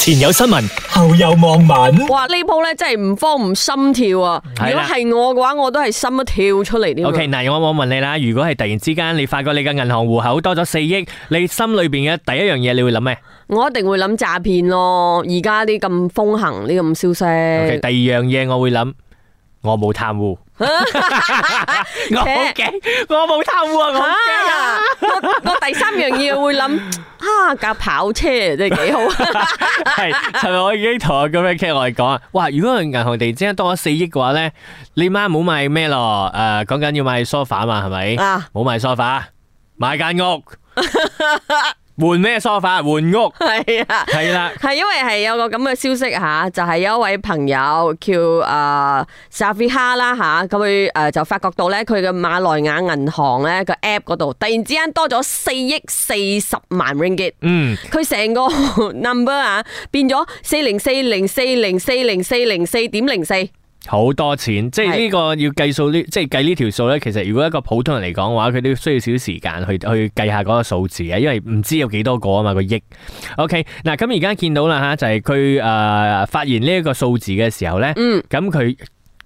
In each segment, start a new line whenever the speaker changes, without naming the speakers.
前有新聞，後有網民。
哇！呢鋪咧真係唔慌唔心跳啊！
係
如果
啦
係我嘅話，我都係心一跳出嚟添啊。
O K，嗱，有我問你啦，如果係突然之間你發覺你嘅銀行戶口多咗四億，你心裏邊嘅第一樣嘢你會諗咩
我一定會諗詐騙咯。而家啲咁風行呢咁消息
？O K，第二樣嘢我會諗，我冇貪污。我好驚，我冇貪污啊！我好驚啊！
啊！我我第三樣嘢會 諗啊架跑車真係幾好。啊
係，尋日我已經同我咁樣傾，我哋講啊，哇！如果銀行突然之間多咗四億嘅話咧，你媽冇買咩咯？誒，講緊要買 sofa 嘛，係咪？
啊
冇買 sofa，買間屋，換咩 sofa？換屋，
係啊。
係啦。
係因為係有個咁嘅消息吓，就係、有一位朋友叫啊 Safiha 啦吓，咁佢誒就發覺到咧，佢嘅馬來亞銀行咧個 app 嗰度突然之間多咗四億四十萬 ringgit，
嗯，
佢成個 number 啊變咗四零四零四零四零四零四點零四，
好多錢，即係呢個要計數呢，即係計呢條數咧。其實如果一個普通人嚟講嘅話，佢都需要少少時間去去計下嗰個數字嘅，因為唔知有幾多個啊嘛個億。OK，嗱咁而家見到啦吓，就係佢誒發現呢一個數字嘅時候咧，
嗯
咁佢。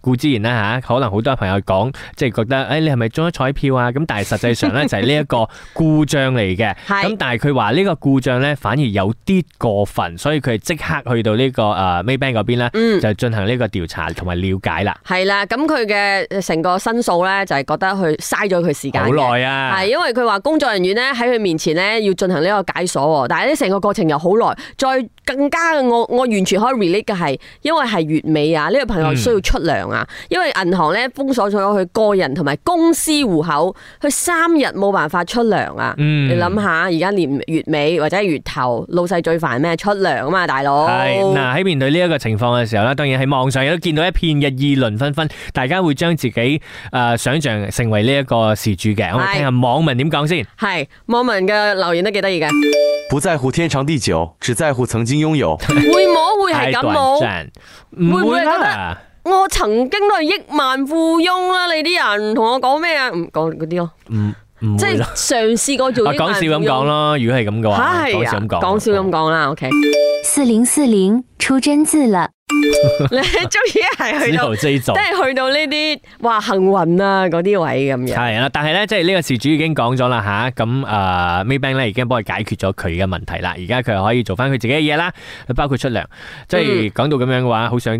固之然啦嚇，可能好多朋友講，即係覺得，誒、哎你係咪中咗彩票啊？咁但係實際上咧就係呢一個故障嚟嘅。
係
咁但係佢話呢個故障咧反而有啲過分，所以佢即刻去到呢、個誒 Maybank 嗰邊啦，
嗯
就進行呢個調查同埋了解啦。
係啦，咁佢嘅成個申訴咧就係、覺得佢嘥咗佢時間
好
嘅。
耐啊，
係因為佢話工作人員咧喺佢面前咧要進行呢個解鎖喎，但係呢成個過程又好耐，再更加我我完全可以 relate 嘅係，因為係月尾啊，呢、個
嗯
朋友需要出糧啊，因為銀行咧封鎖咗佢個人同埋公司戶口，佢三日冇辦法出糧啊。
嗯
你諗下，而家年月尾或者係月頭，老細最煩咩？出糧啊嘛，大佬。
係嗱，喺面對呢一個情況嘅時候咧，當然喺網上亦都見到一片嘅議論紛紛，大家會將自己誒、呃想像成為呢一個事主嘅。我哋
係
聽下網民點講先。
係網民嘅留言都幾得意 嘅，
不在乎天長地久，只在乎曾經擁有。
會冇會係
太
咁
短
冇？
暫，唔會啦。
我曾經都係億萬富翁啦，你啲人同我講咩啊？唔講嗰啲咯，
唔唔
即
會
係
啦。
嘗試過做
啊，
億
講
萬
笑
富翁
咁講。咯，如果係咁嘅話，
係
講
啊
笑咁，講，啊
講笑 咁。講啦，OK。
四零四零出真字了。
你終於係
只
去到，
有
即
這一種。
係去到呢啲話幸運啊嗰啲位咁 樣。
係啦，但係咧，即係呢個事主已經講咗啦吓，咁誒 Maybank 咧已經幫佢解決咗佢嘅問題啦，而家佢可以做翻佢自己嘅嘢啦，包括出糧，即係講到咁樣嘅話，好想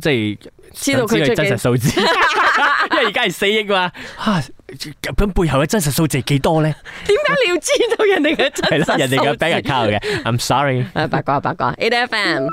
即係
知道佢
想
出
真實
嘅
數字， 因為而家係四億嘛，啊咁背後嘅真實數字係幾多咧？
點解你要知道人哋嘅
係
真
啦，
實
人哋嘅 bank
數字
account 嘅，I'm sorry。
啊八卦八卦，A F M。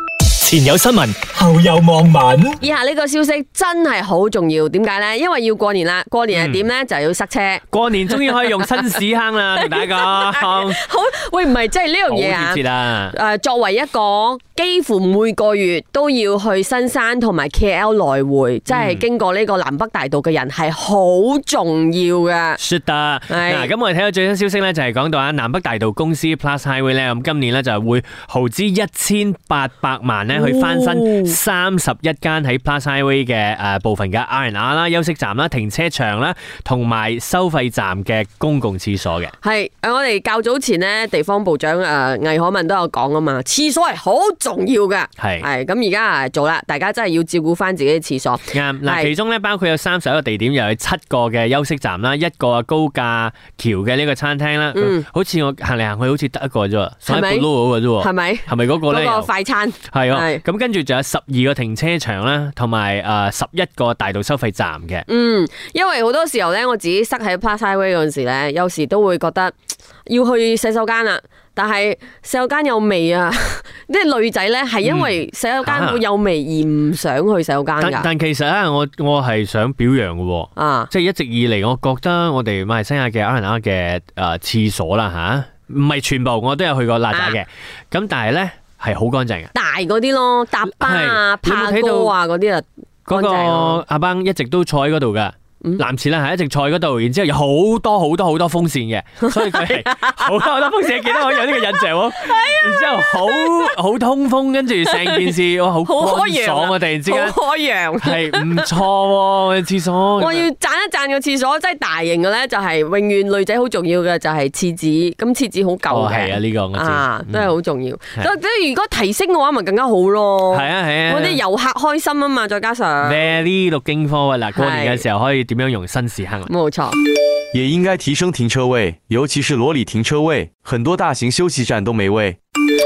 前有新聞，後有網民。
以下呢個消息真係好重要，點解呢？因為要過年啦，過
嗯
年係點呢？就係要塞車。
過年終於可以用新屎坑啦，同大家 講，
好，喂，唔係，即係呢樣
好
嘢啊
貼。切啊！
誒、作為一個幾乎每個月都要去新山同埋 KL 來回，即
嗯
係經過呢個南北大道嘅人係好重要嘅。
說得
係
啊嗱，咁我哋睇到最新消息咧，就係講到啊南北大道公司 Plus Highway 咧，咁今年咧就係會耗資一千八百萬咧去翻新
哦
三十一間喺 Plus Highway 嘅誒部分嘅 R&R 啦、休息站啦、停車場啦，同埋收費站嘅公共廁所嘅。
係誒我哋較早前呢，地方部長誒、魏可文都有講啊嘛，廁所係好重要嘅。
係
係咁而家啊做啦，大家真係要照顧翻自己嘅廁所。
啱嗱，
係
其中咧包括有三十一個地點，又有七個嘅休息站啦，一個啊高架橋嘅呢個餐廳啦。
嗯
好似我行嚟行去，好似得一個啫喎，所以
係咪
blue 嗰個啫喎，
係咪
係咪嗰個咧？
嗰個
又
快餐
係啊，
係
咁跟住仲有十二個停車場啦，同埋誒十一個大道收費站嘅。
嗯，因為好多時候咧，我自己塞喺 Plus Highway 嗰陣時咧，有時都會覺得要去洗手間啦，啊但係洗手間有味啊！ 啲女仔咧係因為洗手間會有味而唔想去洗手間
嗯啊但
㗎
但其實咧，我我係想表揚嘅喎。
啊！
即係一直以嚟，我覺得我哋馬來西亞嘅 R&R 嘅誒廁所啦吓，唔係全部我都有去過邋遢嘅，咁但係咧係好乾淨嘅。
大嗰啲咯，搭巴啊、
係你有
怕
冇睇到
高啊嗰啲啊，
嗰
乾淨
個
咯
阿邦一直都坐喺嗰度噶，男廁咧係一直坐喺嗰度，然之後有好多好多好多風扇 嘅，所以佢係好多好多風扇，記得我有呢個印象 喎。然之後好好通風，跟住成 件事哇好
好
乾
開揚
爽啊！突然之間
好開揚。
係唔錯喎，廁所。
我要讚一讚個廁所，真係大型嘅咧，就係永遠女仔好重要嘅就係廁紙，咁廁紙好
哦
舊
係啊，
嘅，
呢個我知。
啊都係好重要。
嗯係
咁咁如果提升嘅話，咪更加好咯。
係啊係啊。
我哋遊客開心啊嘛，再加上
very 六經科啊！嗱，過年嘅時候可以點樣用新時亨？
冇錯。
也应该提升停车位，尤其是裸里停车位，很多大型休息站都没位。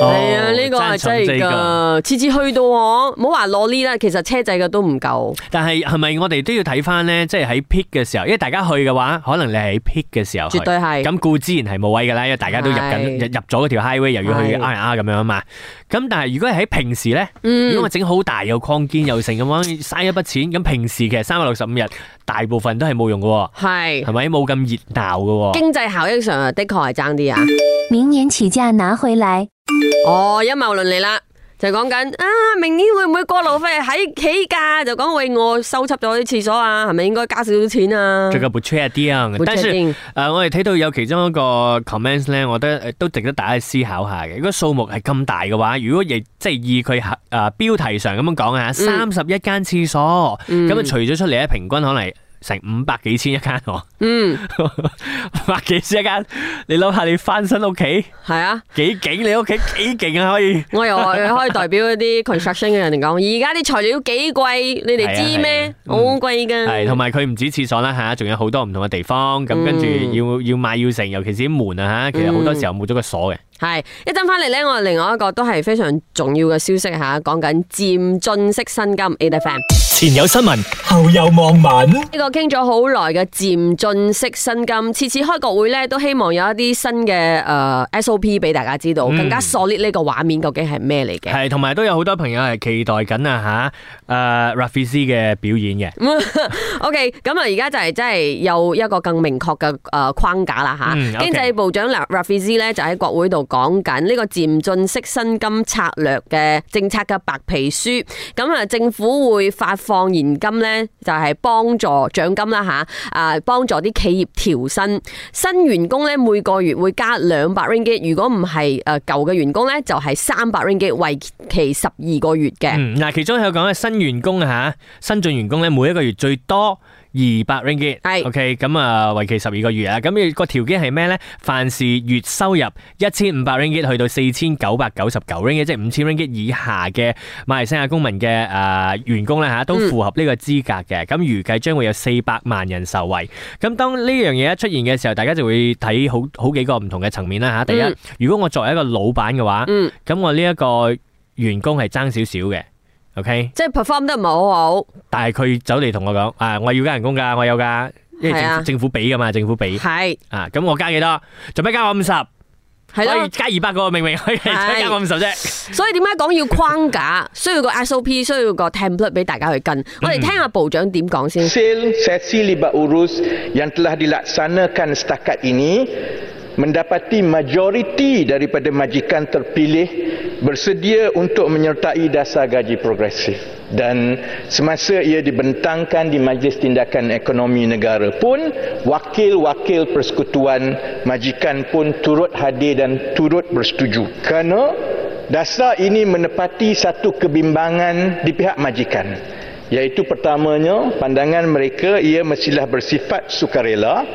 哦
係啊，呢個係真係
噶。
㗎，次次去到我，唔好話攞呢啦，其實車仔嘅都唔夠。
但係係咪我哋都要睇翻咧？即係喺 peak 嘅時候，因為大家去嘅話，可能你係喺 peak 嘅時候去
絕對係
咁固之然係冇位㗎啦，因為大家都入緊
係
入入咗嗰條 highway，又要去
係
R R 咁樣啊嘛。咁但係如果係喺平時咧，
嗯
如果我整好大又擴建又成咁樣，嘥一筆錢。咁平時其實三百六十五日大部分都係冇用嘅
係
喎，係咪冇咁熱鬧嘅喎？
經濟效益上啊，的確係爭
嗯
啲啊。
明年起價拿回來。
哦，陰謀論嚟啦，就講緊啊，明年會唔會過路費喺起價？就講喂，我收葺咗啲廁所啊，係咪應該加少少錢啊？
最近 b u t c h e d i n
會
但
出
是
現
誒、我哋睇到有其中一個 comments 咧，我覺得誒都值得大家思考下嘅。如果數目係咁大嘅話，如果亦即係以佢誒、呃、標題上咁樣講啊，三十一間廁所，咁
嗯
啊、除咗出嚟咧，平均可能係成五百幾千一間喎，
嗯，
五百幾千一間，你諗下你翻身屋企
係啊，
幾勁？你屋企幾勁啊？可以
我又可以代表一啲 construction 嘅人嚟講，而家啲材料幾貴，你哋知咩？
係啊係啊嗯
好貴㗎。
係，同埋佢唔止廁所啦嚇，仲有好多唔同嘅地方，咁跟住
嗯
要要買要成，尤其是啲門啊嚇，其實好多時候冇咗個鎖嘅。
係一陣翻嚟咧，我哋另外一個都係非常重要嘅消息吓，講緊漸進式薪金 A F M
前有新聞，
後有網民。
呢個傾咗好耐嘅漸進式薪金，次次開國會咧都希望有一啲新嘅诶、呃 S O P 俾大家知道，
嗯
更加 solid 呢個畫面究竟係咩嚟嘅？
系，同埋都有好多朋友係期待緊啊吓，诶 Rafizi 嘅表演嘅，
OK，咁啊，而家就係真係有一個更明確嘅誒框架啦吓，
嗯，OK
經濟部長 Rafizi 啊呃咧就喺國會度講緊呢個漸進式薪金策略嘅呃政策嘅白皮書。咁啊，政府會發放現金咧，就係幫助獎金啦吓，啊幫助啲企業調薪。新員工咧每個月會加兩百 ringgit，如果唔係誒舊嘅員工咧就係三百 ringgit，為期十二個月嘅。
嗯，嗱，其中有講嘅新員工啊吓，新進員工咧每一個月最多。二百 ringgit，
係
OK，咁啊，為期十二個月啊，咁個條件係咩咧？凡是月收入一千五百 ringgit 去到四千九百九十九 ringgit，即係五千 ringgit 以下嘅馬來西亞公民嘅誒、呃、員工咧嚇，都
嗯
符合呢個資格嘅。咁預計將會有四百萬人受惠。咁當呢樣嘢一出現嘅時候，大家就會睇好好幾個唔同嘅層面啦嚇。第一，
嗯
如果我作為一個老闆嘅話，
嗯
咁我呢一個員工係爭少少嘅，OK，
即係 perform 得唔係好好，
但係佢走嚟同我講啊，我要加人工㗎，我有㗎，因為
係啊
政政府俾㗎嘛，政府俾
係
啊，咁我加幾多？做咩加我五十？可
係咯
以。加二百個，明明可以
係
加我五十啫。
所以點解講要框架，需要個 SOP，需要個 template 俾大家去跟。我
嗯
哋聽下部長點講先。
Hasil sesi libat urus yang telah dilaksanakan setakat ini mendapati majoriti daripada majikan terpilih bersedia untuk menyertai dasar gaji progresif dan semasa ia dibentangkan di Majlis Tindakan Ekonomi Negara pun wakil-wakil persekutuan majikan pun turut hadir dan turut bersetuju kerana dasar ini menepati satu kebimbangan di pihak majikan iaitu pertamanya pandangan mereka ia mestilah bersifat sukarela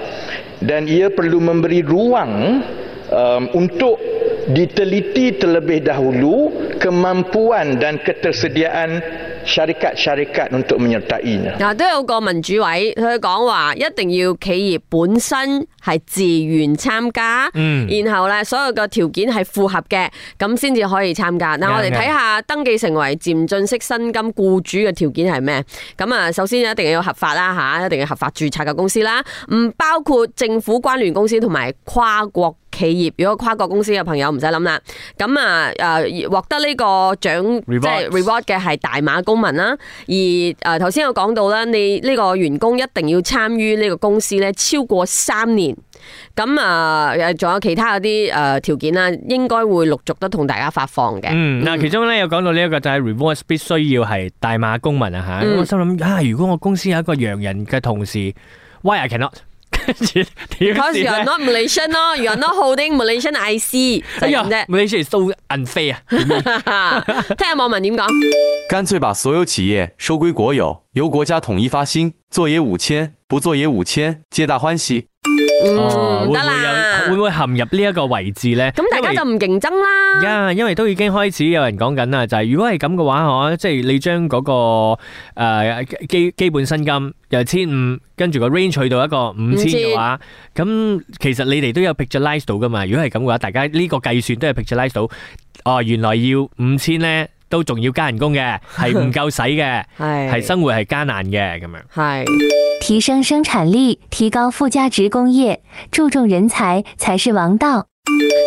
dan ia perlu memberi ruang um, untuk diteliti terlebih dahulu kemampuan dan ketersediaan syarikat-syarikat untuk menyertainya.
嗱，啊都有個民主委，佢講話一定要企業本身係自願參加，
嗯
然後咧所有嘅條件係符合嘅，咁先至可以參加。嗱，
啱
我哋睇下登記成為漸進式薪金雇主嘅條件係咩？咁啊，首先一定要合法啦嗯吓，一定要合法註冊嘅公司啦，唔包括政府關聯公司同埋跨國企業，如果跨國公司嘅朋友唔使諗啦。咁啊誒獲得呢個獎即
Rewards
係 reward 嘅係大馬公民啦。而誒頭先有講到啦，你呢個員工一定要參與呢個公司咧超過三年。咁啊，誒仲有其他嗰啲誒條件啦，應該會陸續都同大家發放嘅。
嗯，嗱，其中咧有講到呢一個就係 rewards 必須要係大馬公民啊嚇，咁
嗯
我心諗啊，如果我公司有一個洋人嘅同事，why I cannot？跟住點算
Because you
咧？
are not Malaysian 咯，you are not holding Malaysian IC 就
哎
係
呀
咁啫。
，Malaysia is so unfair 啊！
聽下網民點講。
干脆把所有企业收归国有，由国家统一发薪，做也五千，不做也五千，皆大欢喜。
哦
嗯，
會唔
得
會有會
啦
唔。會陷入呢一個位置咧？
咁大
因為
家就唔競爭啦。
呀因為都已經開始有人講緊啦，就係、如果係咁嘅話，嗬，即係你將嗰、個、呃、基基本薪金由千五，跟住個 range 去到一個五千嘅話，咁其實你哋都有 pictureize 到噶嘛。如果係咁嘅話，大家呢個計算都係 pictureize 到，哦，原來要五千咧，都仲要加人工嘅， 係唔夠使嘅，係
係
生活係艱難嘅咁樣。
係。
嗯
提升生产力，提高附加值工业，注重人才才是王道。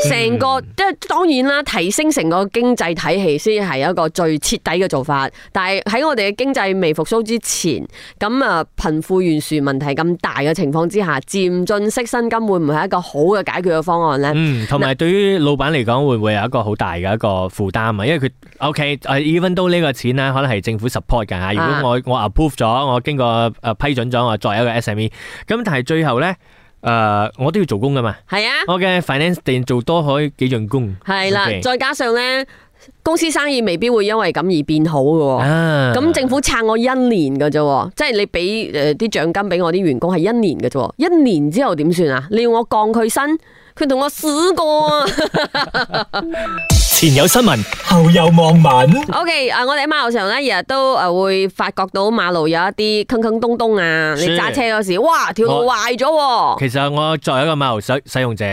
成個即係當然啦，提升成個經濟體系先係一個最徹底嘅做法。但係喺我哋嘅經濟未復甦之前，咁啊貧富懸殊問題咁大嘅情況之下，漸進式薪金會唔會係一個好嘅解決嘅方案呢？
嗯，同埋對於老闆嚟講，會唔會有一個好大嘅一個負擔啊？因為佢 OK，誒 even 都呢個錢咧，可能係政府 support 㗎嚇。如果我我 approve 咗，我經過誒批准咗，我作為一個 SME，咁但係最後咧，誒、我都要做工噶嘛。
係啊，
我嘅 finance 店做多可幾樣工。
係啦
OK
再加上呢，公司生意未必會因為咁而變好嘅喎。
啊，
咁政府撐我一年嘅啫喎，即係你俾誒啲獎金俾我啲員工係一年嘅啫喎，一年之後點算啊？你要我降佢薪，佢同我死過啊！
前有新聞，
後有網民。
OK，啊，我哋喺馬路上咧，日日都诶會發覺到馬路有一啲坑坑東東啊，你
是
揸車嗰時，哇，條路
我
壞咗喎，
其實我作為一個馬路使使用者，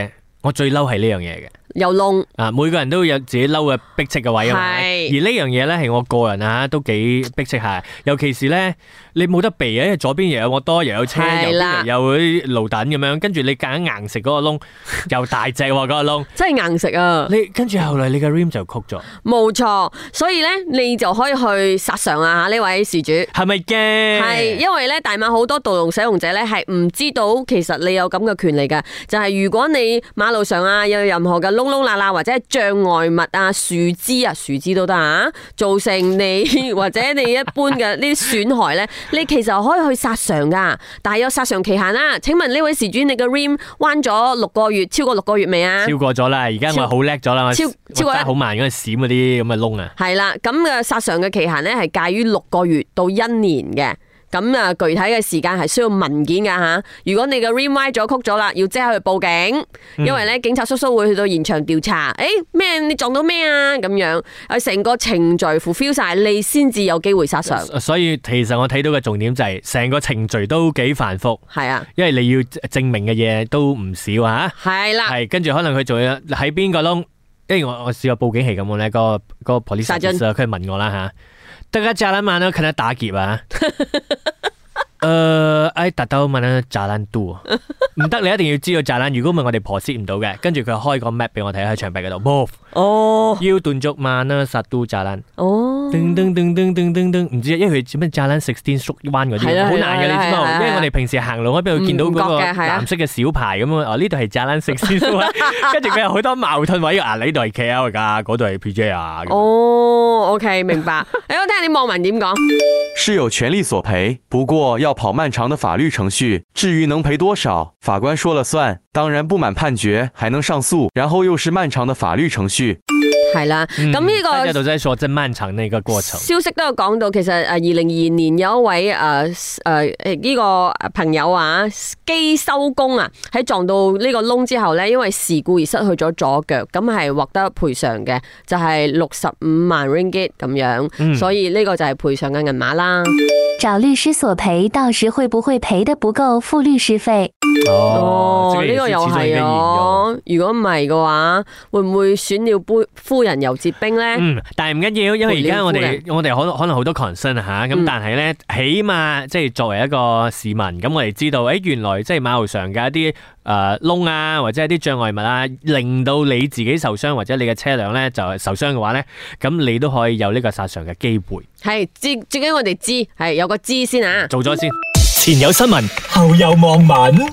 我最嬲係呢樣嘢嘅。
又窿，
啊，每個人都有自己嬲嘅逼斥嘅位啊嘛。而
係
呢樣嘢咧係我個人啊都幾逼斥下，尤其是咧你冇得避啊，因為左邊又有我多，又有車，
係
右
啦
邊又有嗰啲路凳咁樣，跟住你夾硬硬食 嗰個窿，又大隻喎嗰個窿，
真係硬食啊，
你跟住後來你嘅 rim 就曲咗，
冇錯，所以咧你就可以去殺上啊呢位事主。
係咪嘅？
係，因為咧大馬好多道路使用者咧係唔知道其實你有咁嘅權利嘅，就係、如果你馬路上啊有任何嘅窿窿罅罅或者係障礙物啊、樹枝啊、樹枝都得啊，造成你 或者你一般嘅呢啲損害咧，你其實可以去殺償噶，但係有殺償期限啦。請問呢位事主，你嘅 rim 彎咗六個月，超過六個月未啊？
超過咗啦，而家我
超
好叻咗啦，我
超
我
超過一
揸好慢嗰陣閃嗰啲咁嘅窿啊。
係啦，咁嘅殺上嘅期限咧係介於六個月到一年嘅。咁啊，具體嘅時間係需要文件㗎吓。如果你嘅 rim 歪咗曲咗啦，要即刻去報警，因為咧警察叔叔會去到現場調查。誒、咩？你撞到咩啊？咁樣啊，成個程序 fulfill 晒，你先至有機會殺上。
所以其實我睇到嘅重點就係、成個程序都幾繁複，
係啊，
因為你要證明嘅嘢都唔少啊。
係啦，
系，跟住可能佢仲有喺邊個窿？因為我我試過報警器咁樣咧，嗰個嗰個 police
殺人
officer，佢問我啦吓，得一扎蘭曼啦，近得打劫啊！ 誒，哎，特登問啦，炸蘭都唔得，你一定要知道炸蘭。如果唔係，我哋婆識唔到嘅。跟住佢開個 map 俾我睇喺牆壁嗰度，move
哦，
腰斷足慢啦，殺都炸蘭，
哦，
噔噔噔噔噔噔噔，唔知啊因為佢咩炸蘭 sixteen 縮彎嗰
係
啲，
啦
好難嘅，
係啦
你知
係啦
嘛？
係
因
啦
為我哋平時行路喺邊度見到
唔覺
嗰個
嘅係啊
藍色嘅小牌咁啊，哦呢度係炸蘭 sixteen 縮 彎，跟住佢有好多矛盾位啊，呢度係 KL 㗎，嗰度係 PJ 啊，咁
哦，OK，明白。誒，我聽下啲網民點講。
是有权利索赔，不过要跑漫长的法律程序。至于能赔多少，法官说了算。当然不满判决还能上诉，然后又是漫长的法律程序。
係啦，咁呢、個。
嗯大家都在說真漫長那個過程。
消息都有講到，其實呃誒二零二二年有一位呃誒誒誒呢個朋友啊，機收工啊，喺撞到呢個窿之後咧，因為事故而失去咗左腳，咁係獲得賠償嘅，就係六十五萬 ringgit 咁樣，
嗯
所以呢個就係賠償嘅銀碼啦。
找律师索赔，到时会不会赔的不够付律师费？
哦
哦，呢個又係哦。如果唔係嘅話，會唔會選了夫夫人又折兵咧？
嗯，但係唔緊要，因為而家我哋我哋可能可能好多 concern 啊吓，咁
嗯
但係咧，起碼即係作為一個市民，咁我哋知道，誒原來即係馬路上嘅一啲誒窿啊，或者一啲障礙物啊，令到你自己受傷或者你嘅車輛咧就受傷嘅話咧，咁你都可以有呢個殺傷嘅機會，
係知最緊要我哋知，係有個知先啊。
做咗先。
前有新闻，後有網民。